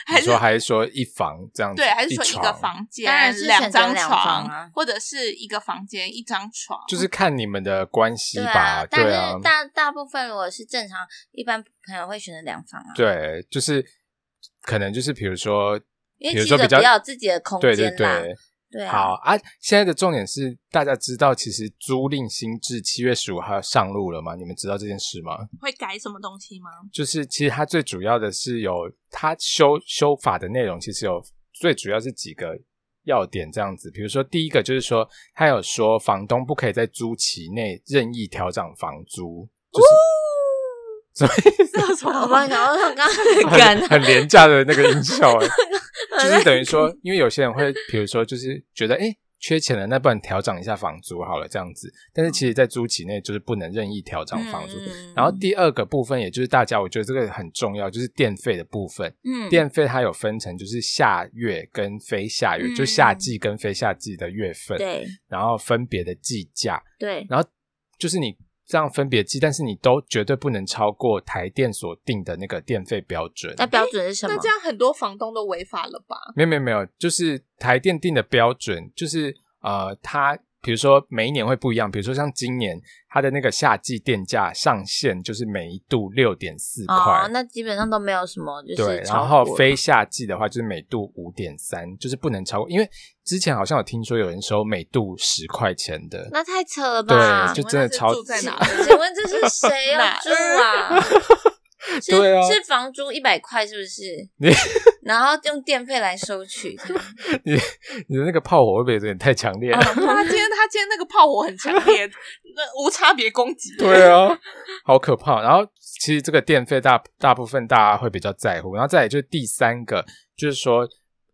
Speaker 1: 还
Speaker 2: 你
Speaker 1: 是
Speaker 2: 说还是说一房这样子？
Speaker 1: 对，还是说一个
Speaker 2: 床？
Speaker 1: 房间
Speaker 3: 当然是选择
Speaker 1: 张
Speaker 3: 两
Speaker 1: 床，
Speaker 3: 房啊
Speaker 1: 或者是一个房间一张床，
Speaker 2: 就是看你们的关系
Speaker 3: 对啊
Speaker 2: 吧，
Speaker 3: 但
Speaker 2: 对啊
Speaker 3: 是大大部分如果是正常，一般朋友会选择两房啊，
Speaker 2: 对，就是可能就是比如说，
Speaker 3: 因
Speaker 2: 比如
Speaker 3: 为记
Speaker 2: 说
Speaker 3: 得
Speaker 2: 比
Speaker 3: 不
Speaker 2: 较
Speaker 3: 要有自己的空间
Speaker 2: 对
Speaker 3: 啦。
Speaker 2: 对对，
Speaker 3: 对啊
Speaker 2: 好啊，现在的重点是，大家知道其实租赁新制七月十五号上路了吗？你们知道这件事吗？
Speaker 1: 会改什么东西吗？
Speaker 2: 就是其实它最主要的是有它修修法的内容，其实有最主要是几个要点这样子。比如说第一个就是说，它有说房东不可以在租期内任意调整房租，就是所以
Speaker 1: 这有 什
Speaker 3: 我帮你讲，我刚刚
Speaker 1: 干
Speaker 2: 很很廉价的那个音效、哎就是等于说，因为有些人会，比如说，就是觉得哎、诶缺钱了，那不然调整一下房租好了，这样子。但是其实，在租期内就是不能任意调整房租。
Speaker 3: 嗯
Speaker 2: 然后第二个部分，也就是大家我觉得这个很重要，就是电费的部分。
Speaker 3: 嗯
Speaker 2: 电费它有分成，就是夏月跟非夏月，
Speaker 3: 嗯
Speaker 2: 就夏季跟非夏季的月份，
Speaker 3: 对
Speaker 2: 然后分别的计价，
Speaker 3: 对
Speaker 2: 然后就是你这样分别计，但是你都绝对不能超过台电所定的那个电费标准。
Speaker 3: 那标准是什么
Speaker 1: 那？这样很多房东都违法了吧？
Speaker 2: 没有没有没有，就是台电定的标准，就是呃，它比如说每一年会不一样，比如说像今年它的那个夏季电价上限就是每一度六点四块。
Speaker 3: 哦，那基本上都没有什么，就是
Speaker 2: 对，
Speaker 3: 超
Speaker 2: 然后
Speaker 3: 过
Speaker 2: 非夏季的话就是每度五点三，就是不能超过，因为之前好像有听说有人收每度十块钱的，
Speaker 3: 那太扯了吧？
Speaker 2: 对就真的超
Speaker 1: 请问 那是住在哪？
Speaker 3: 请请问这是 谁要住啊？是
Speaker 2: 对啊
Speaker 3: 是房租一百块是不是
Speaker 2: 你？
Speaker 3: 然后用电费来收取，
Speaker 2: 你的那个炮火会不会有点太强烈 了？
Speaker 3: 啊
Speaker 1: 他今天他今天那个炮火很强烈，那无差别攻击。
Speaker 2: 对啊， 好可怕。然后其实这个电费大大部分大家会比较在乎，然后再来就是第三个，就是说，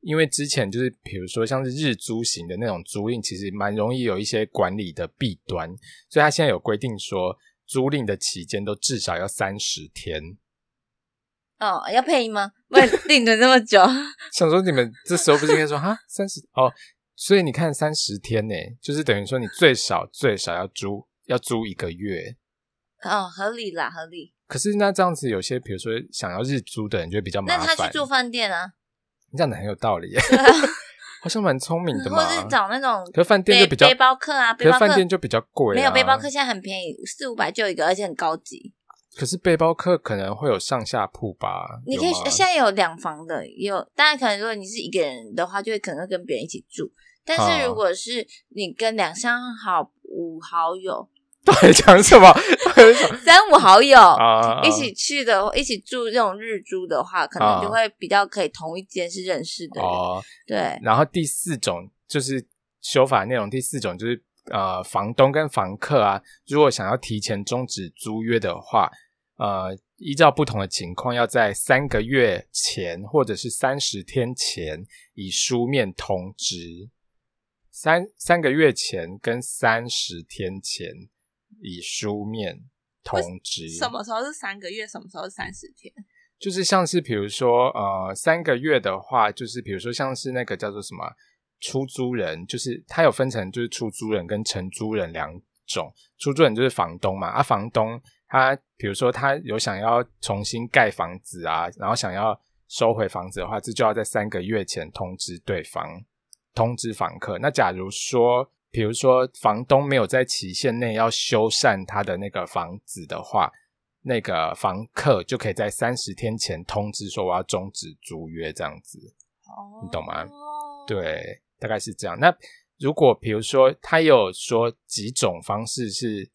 Speaker 2: 因为之前就是比如说像是日租型的那种租赁，其实蛮容易有一些管理的弊端，所以它现在有规定说，租赁的期间都至少要三十天。
Speaker 3: 哦，要配音吗？不然定了那么久，
Speaker 2: 想说你们这时候不是应该说哈三十哦，所以你看三十天呢，就是等于说你最少最少要租要租一个月。
Speaker 3: 哦，合理啦，合理。
Speaker 2: 可是那这样子，有些比如说想要日租的人就会比较麻
Speaker 3: 那
Speaker 2: 烦。
Speaker 3: 他去住饭店啊，
Speaker 2: 你讲的很有道 理耶，好像蛮聪明的嗯嘛
Speaker 3: 嗯或。是找那种
Speaker 2: 可是饭店
Speaker 3: 背
Speaker 2: 就比较
Speaker 3: 背包客啊，
Speaker 2: 可
Speaker 3: 背
Speaker 2: 是
Speaker 3: 包
Speaker 2: 饭
Speaker 3: 客
Speaker 2: 店就比较贵、啊，
Speaker 3: 没有背包客。现在很便宜，四五百就有一个，而且很高级。
Speaker 2: 可是背包客可能会有上下铺吧？
Speaker 3: 你可以
Speaker 2: 有吗
Speaker 3: 现在有两房的，也有当然可能如果你是一个人的话，就会可能会跟别人一起住。但是
Speaker 2: 哦
Speaker 3: 如果是你跟两三好五好友、
Speaker 2: 到底讲什么？到底讲
Speaker 3: 三五好 友
Speaker 2: 啊，
Speaker 3: 一起去的、一起住这种日租的话，可
Speaker 2: 啊
Speaker 3: 能就会比较可以同一间是认识的人。
Speaker 2: 哦。
Speaker 3: 对，
Speaker 2: 然后第四种就是修法内容，第四种就是呃，房东跟房客啊，如果想要提前终止租约的话，呃，依照不同的情况，要在三个月前或者是三十天前以书面通知。三三个月前跟三十天前以书面通知，
Speaker 1: 什么时候是三个月？什么时候是三十天？
Speaker 2: 就是像是比如说呃三个月的话，就是比如说像是那个叫做什么出租人，就是它有分成就是出租人跟承租人两种。出租人就是房东嘛，啊房东他比如说他有想要重新盖房子啊，然后想要收回房子的话，这就要在三个月前通知对方，通知房客。那假如说比如说房东没有在期限内要修缮他的那个房子的话，那个房客就可以在三十天前通知说我要终止租约，这样子，
Speaker 1: 哦
Speaker 2: 你懂吗？对，大概是这样。那如果比如说他有说几种方式是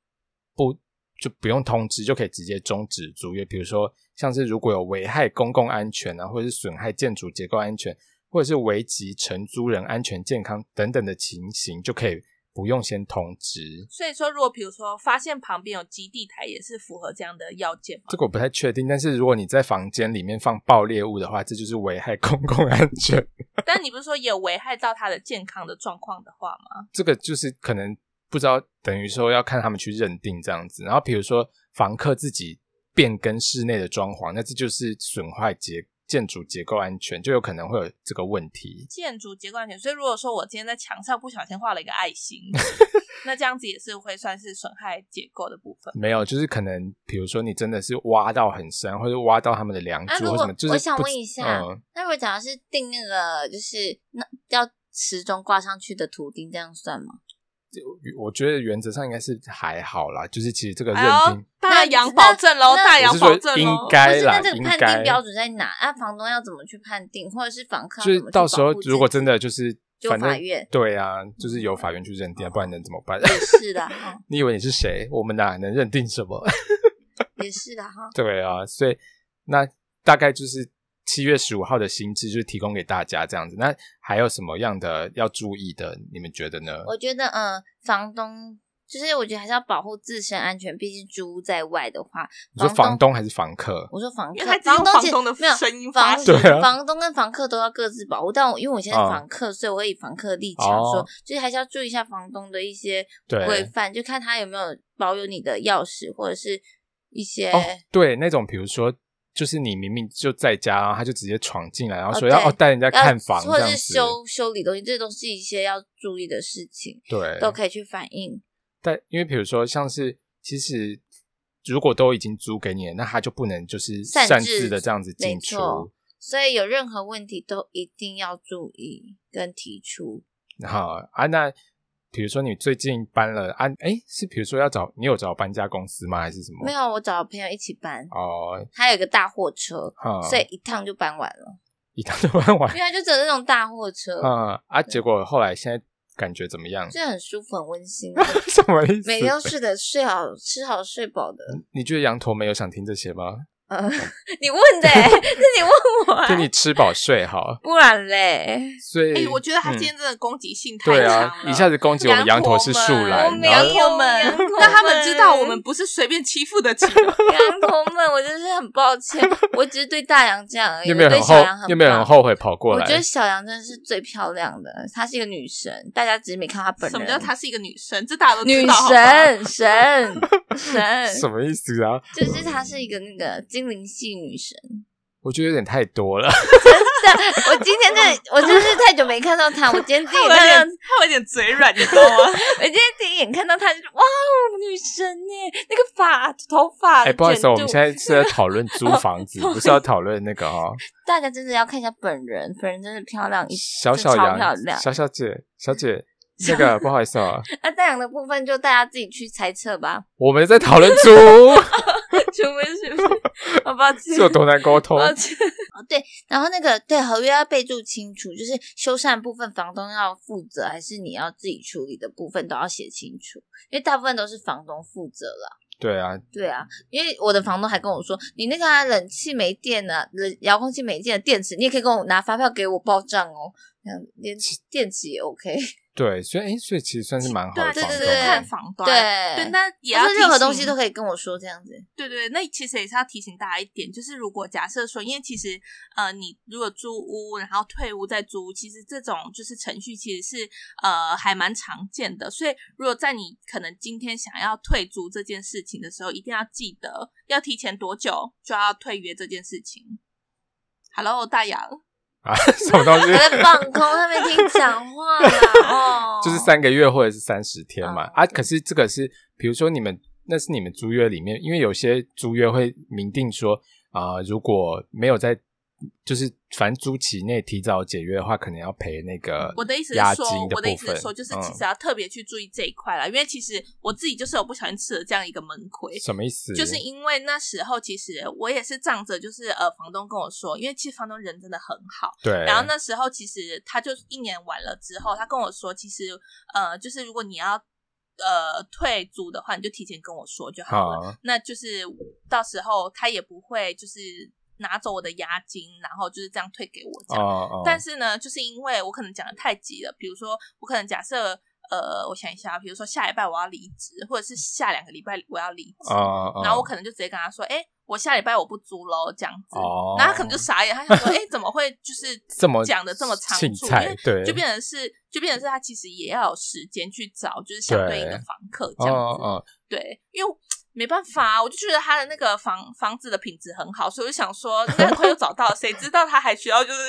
Speaker 2: 不就不用通知就可以直接终止租约，比如说像是如果有危害公共安全啊，或者是损害建筑结构安全，或者是危及承租人安全健康等等的情形，就可以不用先通知。
Speaker 1: 所以说，如果比如说发现旁边有基地台，也是符合这样的要件嘛？
Speaker 2: 这个我不太确定，但是如果你在房间里面放爆裂物的话，这就是危害公共安全。
Speaker 1: 但你不是说也危害到他的健康的状况的话吗？
Speaker 2: 这个就是可能不知道，等于说要看他们去认定这样子。然后比如说房客自己变更室内的装潢，那这就是损坏结建筑结构安全，就有可能会有这个问题。
Speaker 1: 建筑结构安全，所以如果说我今天在墙上不小心画了一个爱 心，那这样子也是会算是损害结构的部分。
Speaker 2: 没有，就是可能，比如说你真的是挖到很深，或者挖到他们的梁
Speaker 3: 啊
Speaker 2: 柱
Speaker 3: 如
Speaker 2: 或
Speaker 3: 果
Speaker 2: 什么，就是
Speaker 3: 我想
Speaker 2: 不
Speaker 3: 问一下
Speaker 2: 嗯，
Speaker 3: 那如果假如是订那个，就是那要时钟挂上去的图钉，这样算吗？
Speaker 2: 我觉得原则上应该是还好啦，就是其实这个认
Speaker 1: 哎呦
Speaker 2: 定，，
Speaker 1: 大洋保证喽，
Speaker 3: 那
Speaker 1: 大
Speaker 2: 我
Speaker 1: 洋
Speaker 2: 是
Speaker 1: 保
Speaker 2: 说
Speaker 1: 证
Speaker 2: 应
Speaker 1: 喽。
Speaker 3: 哦不
Speaker 2: 该
Speaker 3: 是，
Speaker 2: 啦
Speaker 3: 那，这个
Speaker 2: 应
Speaker 3: 判
Speaker 2: 该
Speaker 3: 定标准在哪？啊，房东要怎么去判定，或者是房客要
Speaker 2: 就是
Speaker 3: 怎么去
Speaker 2: 到时候
Speaker 3: 保护自己
Speaker 2: 如果真的就是
Speaker 3: 就
Speaker 2: 反正
Speaker 3: 法院嗯
Speaker 2: 对啊，就是由法院去认定啊，不然能怎么办？
Speaker 3: 也是啦，哈，
Speaker 2: 你以为你是谁？我们哪能认定什么？
Speaker 3: 也是啦，哈，
Speaker 2: 对啊，所以那大概就是七月十五号的新制，就是提供给大家这样子。 那还有什么样的要注意的？你们觉得呢？
Speaker 3: 呃我觉得，嗯，房东就是我觉得还是要保护自身安全，毕竟租屋在外的话，
Speaker 2: 你说房东还是房客？
Speaker 3: 我说房
Speaker 1: 因
Speaker 3: 客
Speaker 1: 为他，只
Speaker 3: 房
Speaker 1: 用
Speaker 3: 东其
Speaker 1: 房
Speaker 3: 实
Speaker 1: 东的
Speaker 3: 没有
Speaker 1: 声音
Speaker 3: 房
Speaker 1: 发
Speaker 2: 对啊
Speaker 3: 房东跟房客都要各自保护，但我因为我现在是
Speaker 2: 嗯
Speaker 3: 房客，所以我会以房客的立场
Speaker 2: 哦
Speaker 3: 说，就是还是要注意一下房东的一些
Speaker 2: 对
Speaker 3: 规范，就看他有没有保有你的钥匙或者是一些
Speaker 2: 哦，对，那种比如说，就是你明明就在家，然后他就直接闯进来，然后
Speaker 3: 哦
Speaker 2: 说要
Speaker 3: 对
Speaker 2: 哦带人家
Speaker 3: 要
Speaker 2: 看房
Speaker 3: 或
Speaker 2: 这
Speaker 3: 者
Speaker 2: 样
Speaker 3: 是
Speaker 2: 子，
Speaker 3: 修修理东西，这都是一些要注意的事情，
Speaker 2: 对，
Speaker 3: 都可以去反映。
Speaker 2: 但因为比如说像是其实。如果都已经租给你了，那他就不能就是
Speaker 3: 擅
Speaker 2: 擅
Speaker 3: 自
Speaker 2: 自的这样子
Speaker 3: 没
Speaker 2: 进出，
Speaker 3: 错所以有任何问题都一定要注意跟提出。
Speaker 2: 好啊，那比如说你最近搬了啊，哎，是比如说要找你有找搬家公司吗？还是什么？
Speaker 3: 没有，我找朋友一起搬，
Speaker 2: 哦，
Speaker 3: 他有一个大货车，
Speaker 2: 哈，
Speaker 3: 所以一趟就搬完了，
Speaker 2: 一趟就搬完
Speaker 3: 因为他就只有那种大货车，
Speaker 2: 啊啊！结果后来现在感觉怎么样？
Speaker 3: 就很舒服、很温馨啊，
Speaker 2: 什么意思？
Speaker 3: 每天都睡得睡好、吃好、睡饱的。
Speaker 2: 你觉得羊驼没有想听这些吗？
Speaker 3: 呃，你问 的、欸，是你问我、啊，
Speaker 2: 听你吃饱睡好，
Speaker 3: 不然嘞，
Speaker 2: 所以、
Speaker 1: 哎、我觉得他今
Speaker 2: 嗯
Speaker 1: 天真的攻击性太
Speaker 2: 对
Speaker 1: 强
Speaker 2: 啊
Speaker 1: 了，，
Speaker 2: 一下子攻击我们羊驼是树
Speaker 1: 我
Speaker 2: 懒，
Speaker 1: 们
Speaker 3: 没
Speaker 2: 然
Speaker 1: 羊
Speaker 2: 后
Speaker 3: 有
Speaker 1: 驼们
Speaker 3: 羊驼们，
Speaker 1: 让他们知道我们不是随便欺负得起的。
Speaker 3: 羊驼们，我真是很抱歉，我只是对大羊这样而已，
Speaker 2: 又没有
Speaker 3: 我对
Speaker 2: 很
Speaker 3: 小
Speaker 2: 后
Speaker 3: 羊，很
Speaker 2: 又没有很
Speaker 3: 棒
Speaker 2: 后悔跑过
Speaker 3: 我
Speaker 2: 来
Speaker 3: 觉，得小羊真的是最漂亮的，她是一个女神，大家只是没看到她本
Speaker 1: 什
Speaker 2: 啊
Speaker 3: 人。
Speaker 1: 么叫她是一个女生？这大家都知
Speaker 3: 女
Speaker 1: 道。啊好吧
Speaker 3: 神神神？
Speaker 2: 什么意思啊？
Speaker 3: 就是她是一个那个精灵系女神。
Speaker 2: 我觉得有点太多了，
Speaker 3: 但我今天真的，我真是太久没看到她，我今天第
Speaker 1: 她
Speaker 3: 一
Speaker 1: 有
Speaker 3: 眼看
Speaker 1: 点
Speaker 3: 到，，
Speaker 1: 她有点嘴软，你知道吗？
Speaker 3: 我今天第一眼看到她就是哇哦，女神耶！那个发头发，
Speaker 2: 哎、不好意思哦，我们现
Speaker 3: 在
Speaker 2: 在是在讨 论租房子，不是要讨论那个哦。
Speaker 3: 大家真的要看一下本人，本人真的漂亮一
Speaker 2: 小
Speaker 3: 真的
Speaker 2: 小
Speaker 3: 超漂
Speaker 2: 杨，
Speaker 3: 亮。
Speaker 2: 小小姐，小 姐，那个不好意思哦，
Speaker 3: 那大洋的部分就大家自己去猜测吧，
Speaker 2: 我们在讨论猪
Speaker 3: 全部是 不是？好抱歉，
Speaker 2: 是有多难沟 通。
Speaker 3: 抱歉。哦，对，然后那个对合约要备注清楚，就是修缮部分房东要负责，还是你要自己处理的部分都要写清楚，因为大部分都是房东负责了。
Speaker 2: 对啊，
Speaker 3: 对啊，因为我的房东还跟我说，你那个、啊、冷气没电了、冷遥控器没电的电池，你也可以跟我拿发票给我报账哦。这样连电池也 OK，
Speaker 2: 对，所以哎、所以其实算是 蛮好的
Speaker 1: 对
Speaker 2: 房
Speaker 3: 啊
Speaker 1: 对
Speaker 2: 东。
Speaker 1: 对，看房啊端。
Speaker 3: 对
Speaker 1: 对，那也要
Speaker 3: 他说任何东
Speaker 1: 提
Speaker 3: 西
Speaker 1: 醒
Speaker 3: 都可以跟我说这 样子。
Speaker 1: 对对，那其实也是要提醒大家一点，就是如果假设说，因为其实呃，你如果租屋，然后退屋再租屋，其实这种就是程序其实是呃还蛮常见的。所以如果在你可能今天想要退租这件事情的时候，一定要记得要提前多久就要退约这件事情。Hello，大洋，
Speaker 2: 啊， 什么东西
Speaker 3: 我？ 在放空，他没听讲话 啦。哦，
Speaker 2: 就是三个月或者是三十天嘛、
Speaker 3: 嗯
Speaker 2: 啊。可是这个是，比如说你们那是你们租约里面，因为有些租约会明定说啊、如果没有在就是反正租期内提早解约的话，可能要赔那个
Speaker 1: 我的意思
Speaker 2: 押
Speaker 1: 是
Speaker 2: 金
Speaker 1: 说，我的
Speaker 2: 部
Speaker 1: 意思
Speaker 2: 分。
Speaker 1: 是说，就是
Speaker 2: 嗯
Speaker 1: 其实要特别去注意这一块啦，因为其实我自己就是有不小心吃了这样一个闷亏，
Speaker 2: 什么意思？
Speaker 1: 就是因为那时候，其实我也是仗着就是呃，房东跟我说，因为其实房东人真的很好。
Speaker 2: 对，
Speaker 1: 然后那时候其实他就一年完了之后，他跟我说，其实呃，就是如果你要呃退租的话，你就提前跟我说就好了。
Speaker 2: 好，哦
Speaker 1: 那就是到时候他也不会就是拿走我的押金，然后就是这样退给我这
Speaker 2: 哦
Speaker 1: 样。
Speaker 2: 哦，
Speaker 1: 但是呢，就是因为我可能讲的太急了，比如说我可能假设。呃，我想一下，比如说下礼拜我要离职，或者是下两个礼拜我要离职，
Speaker 2: 哦哦，
Speaker 1: 然后我可能就直接跟他说：“哎、我下礼拜我不租喽，这样子。
Speaker 2: 哦
Speaker 1: 然后他可能就傻眼，他想说：“哎、怎么会就是
Speaker 2: 这么
Speaker 1: 讲的这么仓
Speaker 2: 青
Speaker 1: 促？”
Speaker 2: 菜
Speaker 1: 因为
Speaker 2: 对
Speaker 1: 就变成是，就变成是他其实也要有时间去找，就是相对应的
Speaker 2: 对
Speaker 1: 房客这
Speaker 2: 哦
Speaker 1: 样子。
Speaker 2: 哦，
Speaker 1: 对，因为没办法啊，我就觉得他的那个房房子的品质很好，所以我就想说，应该很快就找到，谁知道他还需要就是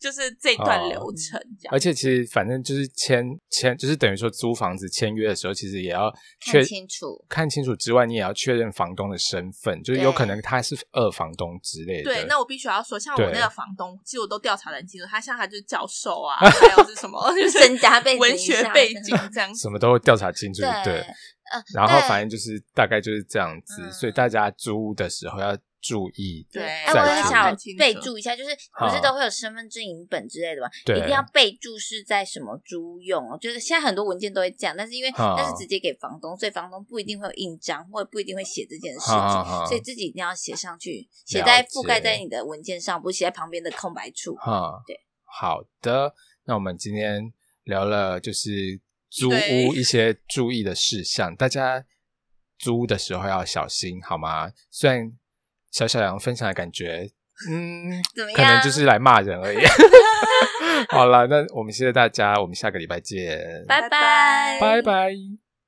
Speaker 1: 就是这段
Speaker 2: 哦
Speaker 1: 流程这样。
Speaker 2: 而且其实反正就是签签，就是等于说租房子签约的时候，其实也要确
Speaker 3: 看清楚。
Speaker 2: 看清楚之外，你也要确认房东的身份，就是
Speaker 3: 对
Speaker 2: 有可能他是二房东之类的。
Speaker 1: 对，那我必须要说，像我
Speaker 2: 对
Speaker 1: 那个房东，其实我都调查的很清楚，他像他就是教授 啊，还有是什么，就是
Speaker 3: 身家背景
Speaker 1: 文
Speaker 3: 一
Speaker 1: 学
Speaker 3: 下
Speaker 1: 背景这样子。
Speaker 2: 什么都调查清楚，对。
Speaker 3: 呃，
Speaker 2: 然后
Speaker 3: 对
Speaker 2: 反正就是大概就是这样子，
Speaker 3: 嗯
Speaker 2: 所以大家租屋的时候要注意。
Speaker 1: 对
Speaker 3: 哎，
Speaker 2: 再
Speaker 3: 我
Speaker 2: 去
Speaker 3: 很想
Speaker 1: 看清楚
Speaker 3: 备注一下，就是不是都会有身份证影本之类的吗？
Speaker 2: 对
Speaker 3: 一定要备注是在什么租用哦。就是现在很多文件都会这样，但是因为
Speaker 2: 啊
Speaker 3: 那是直接给房东，所以房东不一定会有印章，或者不一定会写这件事
Speaker 2: 啊
Speaker 3: 情，
Speaker 2: 啊啊
Speaker 3: 所以自己一定要写上去，
Speaker 2: 解
Speaker 3: 写在覆盖在你的文件上，不是写在旁边的空白处。
Speaker 2: 哈，
Speaker 3: 对，
Speaker 2: 好的，那我们今天聊了就是租
Speaker 1: 对
Speaker 2: 屋一些注意的事项，大家租屋的时候要小心，好吗？虽然小小杨分享的感觉，嗯，
Speaker 3: 怎么样？
Speaker 2: 可能就是来骂人而已。 好了，那我们谢谢大家，我们下个礼拜见，
Speaker 1: 拜拜
Speaker 2: 拜拜。